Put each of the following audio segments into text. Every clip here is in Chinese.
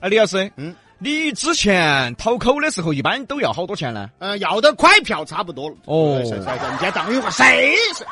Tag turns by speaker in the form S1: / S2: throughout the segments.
S1: 啊，李老师，
S2: 嗯，
S1: 你之前讨口的时候一般都要好多钱呢？
S2: 呃，要的快票差不多了。
S1: 哦
S2: 是是是你先等一会儿，谁是？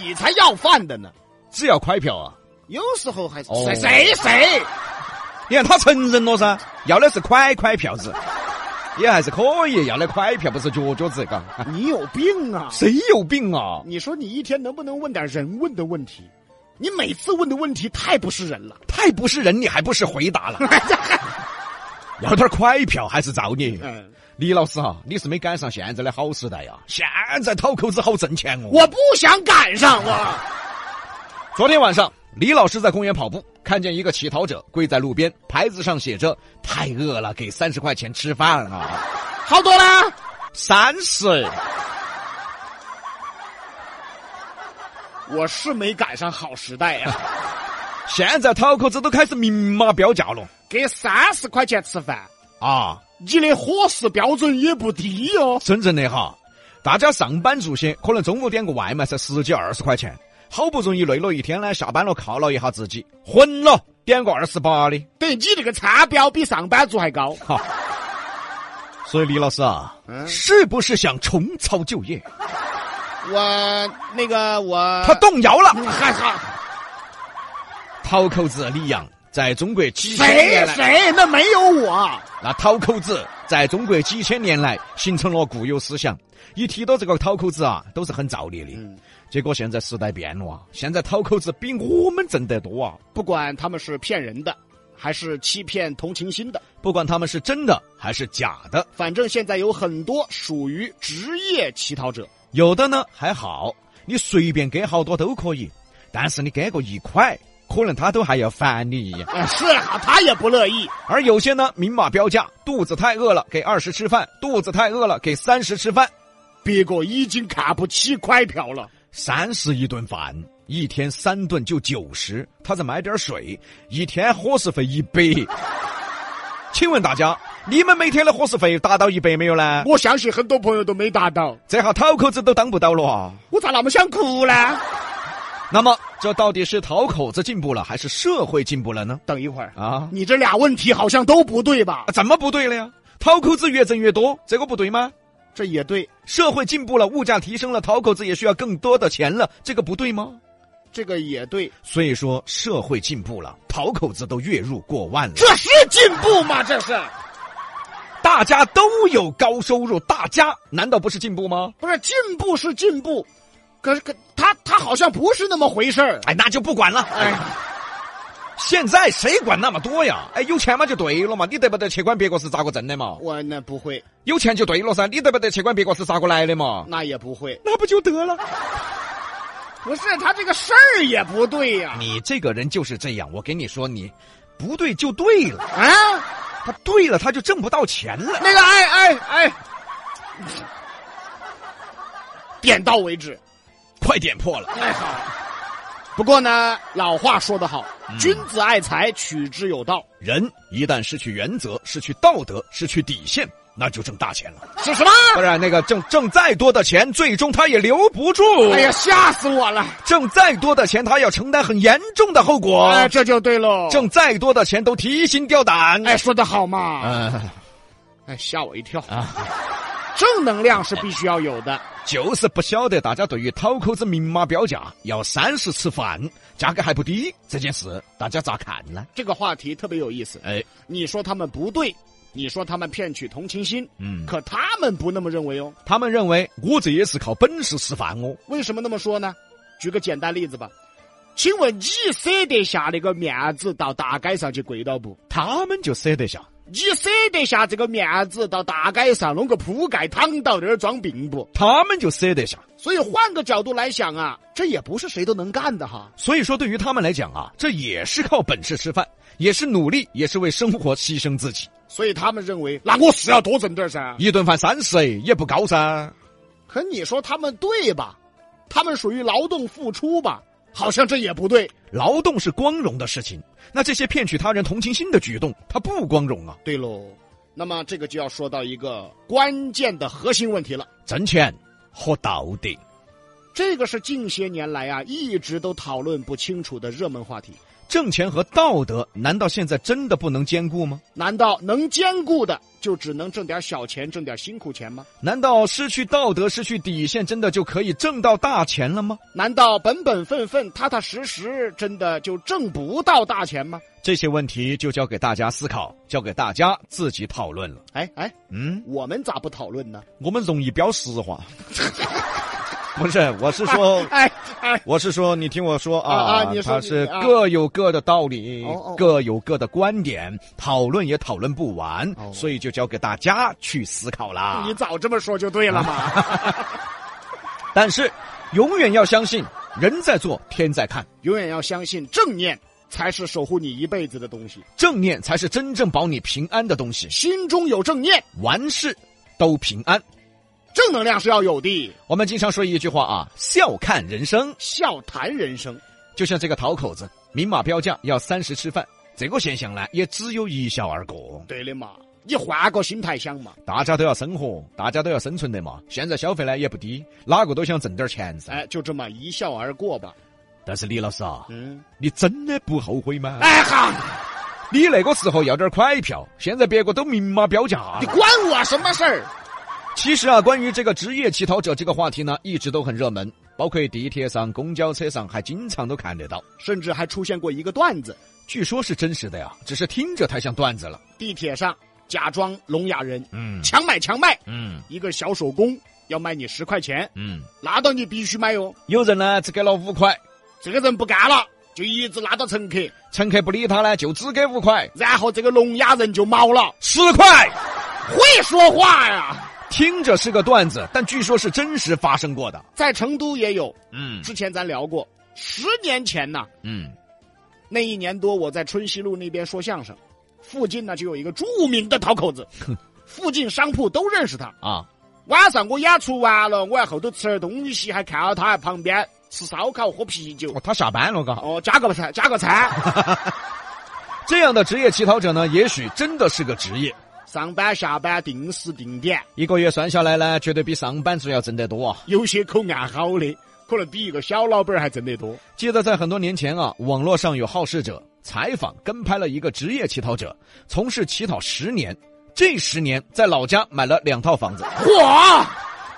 S2: 你才要饭的呢！
S1: 只要快票啊？
S2: 有时候还是
S1: 哦
S2: 谁谁谁，
S1: 你看他承认了噻，要的是快快票子，也还是可以，要的快票不是脚脚子，嘎，
S2: 你有病 啊！
S1: 谁有病啊？
S2: 你说你一天能不能问点人问的问题？你每次问的问题太不是人了。
S1: 太不是人，你还不是回答了？ 要点快票还是造孽？
S2: 嗯，
S1: 李老师啊，你是没赶上现在的好时代呀、啊现在讨口子好挣钱哦。
S2: 我不想赶上我。
S1: 昨天晚上，李老师在公园跑步，看见一个乞讨者跪在路边，牌子上写着“太饿了，给三十块钱吃饭啊
S2: 好多了，”，
S1: 三十。
S2: 我是没赶上好时代呀、啊。
S1: 现在讨口子都开始明码标价了
S2: 给三十块钱吃饭，
S1: 啊！
S2: 你的伙食标准也不低哦。
S1: 真正的哈，大家上班族些，可能中午点个外卖才十几二十块钱，好不容易累了一天呢，下班了犒劳一下自己，混了点个二十八的。
S2: 对你这个餐标比上班族还高。
S1: 哈。所以李老师啊，
S2: 嗯
S1: 是不是想重操旧业？
S2: 我那个我
S1: 他动摇了。
S2: 嗯还还
S1: 讨口子李阳在中国几千
S2: 谁
S1: 年来，
S2: 谁那没有我，
S1: 那讨口子在中国几千年来形成了固有思想。一提到这个讨口子啊，都是很造孽的。
S2: 嗯
S1: 结果现在时代变了啊，现在讨口子比我们挣得多啊！
S2: 不管他们是骗人的还是欺骗同情心的，
S1: 不管他们是真的还是假的，
S2: 反正现在有很多属于职业乞讨者。
S1: 有的呢还好，你随便给好多都可以，但是你给个一块，可能他都还要烦你一样。
S2: 啊，是啊，他也不乐意。
S1: 而有些呢明码标价，肚子太饿了给二十吃饭，肚子太饿了给三十吃饭，
S2: 别个已经看不起快票了，
S1: 三十一顿饭，一天三顿就九十，他再买点水，一天伙食费一百。 请问大家，你们每天的伙食费达到一百没有呢？
S2: 我相信很多朋友都没达到。
S1: 这下讨口子都当不到了啊！
S2: 我咋那么想哭呢？
S1: 那么，这到底是讨口子进步了，还是社会进步了呢？
S2: 等一会儿，
S1: 啊，
S2: 你这俩问题好像都不对吧？
S1: 怎么不对了呀？讨口子越挣越多，这个不对吗？
S2: 这也对，
S1: 社会进步了，物价提升了，讨口子也需要更多的钱了，这个不对吗？
S2: 这个也对，
S1: 所以说，社会进步了，讨口子都月入过万了。
S2: 这是进步吗？这是。
S1: 大家都有高收入，大家难道不是进步吗？
S2: 不是进步是进步，可是可他他好像不是那么回事儿。
S1: 哎，那就不管了。
S2: 哎，
S1: 现在谁管那么多呀？哎，有钱嘛就对了嘛，你得不得去管别个是咋个挣的嘛？
S2: 我那不会，
S1: 有钱就对了噻，你得不得去管别个是咋个来的嘛？
S2: 那也不会，
S1: 那不就得了？
S2: 不是他这个事儿也不对呀、
S1: 你这个人就是这样，我跟你说，你不对就对了，
S2: 啊！
S1: 他对了他就挣不到钱了。
S2: 那个，哎哎哎，点到为止。
S1: 快点破了，
S2: 哎好。不过呢，老话说得好，君子爱财，取之有道。
S1: 人一旦失去原则、失去道德、失去底线，那就挣大钱 了。
S2: 是什么？
S1: 不然那个挣挣再多的钱，最终他也留不住。
S2: 哎呀，吓死我了！
S1: 挣再多的钱，他要承担很严重的后果；
S2: 哎，这就对喽。
S1: 挣再多的钱都提心吊胆。
S2: 哎，说得好嘛。
S1: 嗯，
S2: 哎，吓我一跳
S1: 啊！
S2: 正能量是必须要有的。
S1: 就是不晓得大家对于讨口子明码标价要三十吃饭，价格还不低这件事，大家咋看呢？
S2: 这个话题特别有意思。
S1: 哎，
S2: 你说他们不对，你说他们骗取同情心，
S1: 嗯，
S2: 可他们不那么认为哦。
S1: 他们认为我这也是靠本事吃饭哦。
S2: 为什么那么说呢？举个简单例子吧，请问你舍得下那个面子到大街上去跪到不？
S1: 他们就舍得下，
S2: 你舍得下这个面子到大街上弄个铺盖躺到那儿装病不？
S1: 他们就舍得下。
S2: 所以换个角度来想啊，这也不是谁都能干的哈。
S1: 所以说，对于他们来讲啊，这也是靠本事吃饭，也是努力，也是为生活牺牲自己。
S2: 所以他们认为，那我是要多挣点儿噻。
S1: 一顿饭三十，也不高噻。
S2: 可你说他们对吧？他们属于劳动付出吧？好像这也不对。
S1: 劳动是光荣的事情，那这些骗取他人同情心的举动，它不光荣啊！
S2: 对喽，那么这个就要说到一个关键的核心问题了。
S1: 挣钱和道德，
S2: 这个是近些年来啊一直都讨论不清楚的热门话题。
S1: 挣钱和道德难道现在真的不能兼顾吗？
S2: 难道能兼顾的就只能挣点小钱，挣点辛苦钱吗？
S1: 难道失去道德、失去底线，真的就可以挣到大钱了吗？
S2: 难道本本分分、踏踏实实，真的就挣不到大钱吗？
S1: 这些问题就交给大家思考，交给大家自己讨论了。
S2: 哎哎，
S1: 嗯，
S2: 我们咋不讨论呢？
S1: 我们容易飙实话， 不是，我是说。
S2: 哎哎，
S1: 我是说，你听我说啊，
S2: 啊啊你说
S1: 他
S2: 你
S1: 是
S2: 啊
S1: 各有各的道理，
S2: 哦哦哦
S1: 各有各的观点，讨论也讨论不完，
S2: 哦
S1: 所以就交给大家去思考啦。
S2: 你早这么说就对了嘛。
S1: 但是，永远要相信，人在做，天在看，
S2: 永远要相信正念才是守护你一辈子的东西，
S1: 正念才是真正保你平安的东西，
S2: 心中有正念，
S1: 完事都平安。
S2: 正能量是要有的。
S1: 我们经常说一句话啊，笑看人生，
S2: 笑谈人生，
S1: 就像这个讨口子，明码标价要三十吃饭，这个现象呢，也只有一笑而过。
S2: 对的嘛。你换个心态想嘛，
S1: 大家都要生活，大家都要生存的嘛。现在消费呢也不低，哪个都想挣点钱噻。
S2: 哎，就这么一笑而过吧。
S1: 但是李老师啊，
S2: 嗯，
S1: 你真的不后悔吗？
S2: 哎哈，
S1: 你那个时候要点快票，现在别个都明码标价
S2: 你。管我什么事儿？
S1: 其实啊，关于这个职业乞讨者这个话题呢，一直都很热门，包括地铁上、公交车上，还经常都看得到。
S2: 甚至还出现过一个段子：
S1: 据说是真实的呀，只是听着太像段子了。
S2: 地铁上假装聋哑人，
S1: 嗯
S2: 强买强卖，
S1: 嗯
S2: 一个小手工要卖你十块钱，
S1: 嗯，
S2: 拿到你必须买哟。
S1: 有人呢只给了五块，
S2: 这个人不干了，就一直拉到乘客，
S1: 乘客不理他呢，就只给五块、
S2: 然后这个聋哑人就毛了，
S1: 十块。
S2: 会说话呀。
S1: 听着是个段子，但据说是真实发生过的。
S2: 在成都也有，
S1: 嗯
S2: 之前咱聊过，十年前呐、
S1: 嗯，
S2: 那一年多，我在春熙路那边说相声，附近呢就有一个著名的讨口子，附近商铺都认识他。
S1: 啊，
S2: 晚上我演出完了，我在后头吃点东西，还看到他在旁边吃烧烤、喝啤酒。
S1: 哦，他下班了嘎。
S2: 哦，加个菜， 加个餐。
S1: 这样的职业乞讨者呢，也许真的是个职业，
S2: 上班下班定时定点，
S1: 一个月算下来呢，绝对比上班族要挣得多啊。
S2: 有些口岸好的，可能比一个小老板儿还挣得多。
S1: 记得在很多年前啊，网络上有好事者采访跟拍了一个职业乞讨者，从事乞讨十年，这十年在老家买了两套房子。
S2: 嚯！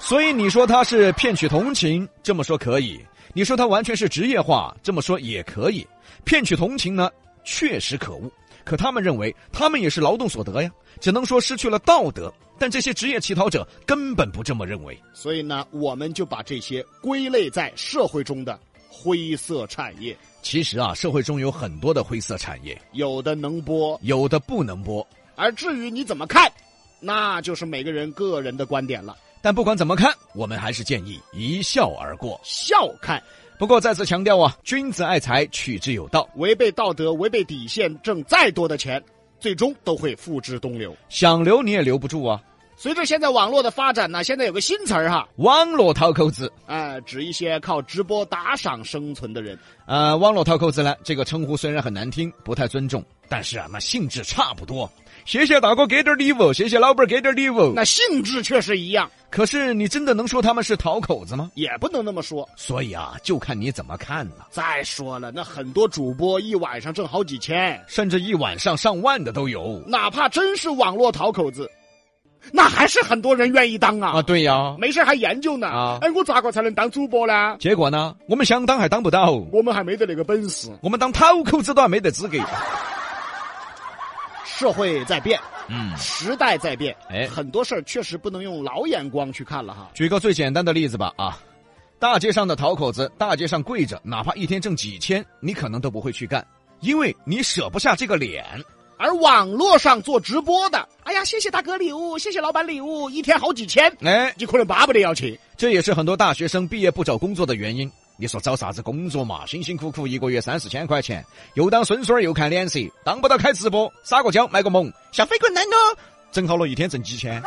S1: 所以你说他是骗取同情，这么说可以；你说他完全是职业化，这么说也可以。骗取同情呢，确实可恶。可他们认为他们也是劳动所得呀，只能说失去了道德。但这些职业乞讨者根本不这么认为。
S2: 所以呢，我们就把这些归类在社会中的灰色产业，
S1: 其实啊，社会中有很多的灰色产业，
S2: 有的能播，
S1: 有的不能播。
S2: 而至于你怎么看，那就是每个人个人的观点了。
S1: 但不管怎么看，我们还是建议一笑而过。
S2: 笑看，
S1: 不过再次强调啊，君子爱财，取之有道。
S2: 违背道德、违背底线，挣再多的钱，最终都会付之东流。
S1: 想留你也留不住啊。
S2: 随着现在网络的发展呢，现在有个新词儿哈，
S1: 网络讨口子。
S2: 呃，指一些靠直播打赏生存的人。
S1: 呃，网络讨口子呢，这个称呼虽然很难听，不太尊重，但是啊，那性质差不多。谢谢大哥给点礼物，谢谢老板给点礼物。
S2: 那性质确实一样，
S1: 可是你真的能说他们是讨口子吗？
S2: 也不能那么说。
S1: 所以啊，就看你怎么看了。
S2: 再说了，那很多主播一晚上挣好几千，
S1: 甚至一晚上上万的都有
S2: 哪怕真是网络讨口子，那还是很多人愿意当啊。
S1: 啊！对呀、
S2: 没事还研究呢。
S1: 啊
S2: 哎，我咋个才能当主播呢？
S1: 结果呢，我们想当还当不到，
S2: 我们还没得那个本事。
S1: 我们当讨口子都还没得资格。
S2: 社会在变，
S1: 嗯，
S2: 时代在变，
S1: 哎
S2: 很多事儿确实不能用老眼光去看了哈。
S1: 举个最简单的例子吧啊，大街上的讨口子，大街上跪着，哪怕一天挣几千，你可能都不会去干，因为你舍不下这个脸。
S2: 而网络上做直播的，哎呀，谢谢大哥礼物，谢谢老板礼物，一天好几千，
S1: 哎，
S2: 你可能巴不得要去。
S1: 这也是很多大学生毕业不找工作的原因。你说找啥子工作嘛？辛辛苦苦一个月三四千块钱，又当孙孙儿又看脸色，当不到开直播，撒个娇卖个萌，像飞滚蛋哦，挣好了一天挣几 千，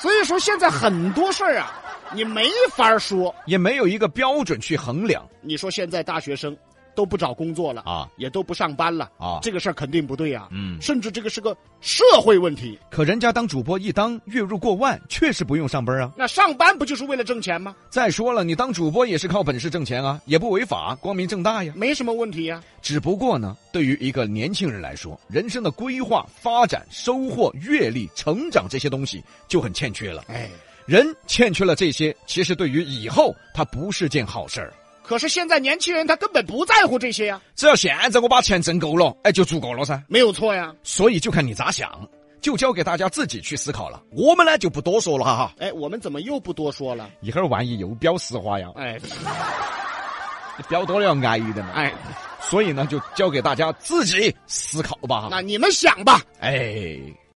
S2: 所以说现在很多事儿啊，你没法说。
S1: 也没有一个标准去衡量。
S2: 你说现在大学生都不找工作了，
S1: 啊
S2: 也都不上班了，
S1: 啊，
S2: 这个事儿肯定不对呀、
S1: 嗯，
S2: 甚至这个是个社会问题。
S1: 可人家当主播一当月入过万，确实不用上班啊。
S2: 那上班不就是为了挣钱吗？
S1: 再说了，你当主播也是靠本事挣钱啊，也不违法，光明正大呀。
S2: 没什么问题呀、
S1: 只不过呢，对于一个年轻人来说，人生的规划、发展、收获、阅历、成长这些东西就很欠缺了。
S2: 哎，
S1: 人欠缺了这些，其实对于以后他不是件好事儿。
S2: 可是现在年轻人他根本不在乎这些呀、
S1: 只要现在我把钱挣够了，哎，就足够了噻。
S2: 没有错呀。
S1: 所以就看你咋想，就交给大家自己去思考了。我们呢就不多说了哈哈，
S2: 哎，我们怎么又不多说了？
S1: 一会儿万一又飙实话呀，
S2: 哎
S1: 飙多了要挨一的嘛。
S2: 哎，
S1: 所以呢，就交给大家自己思考吧。
S2: 那你们想吧。
S1: 哎。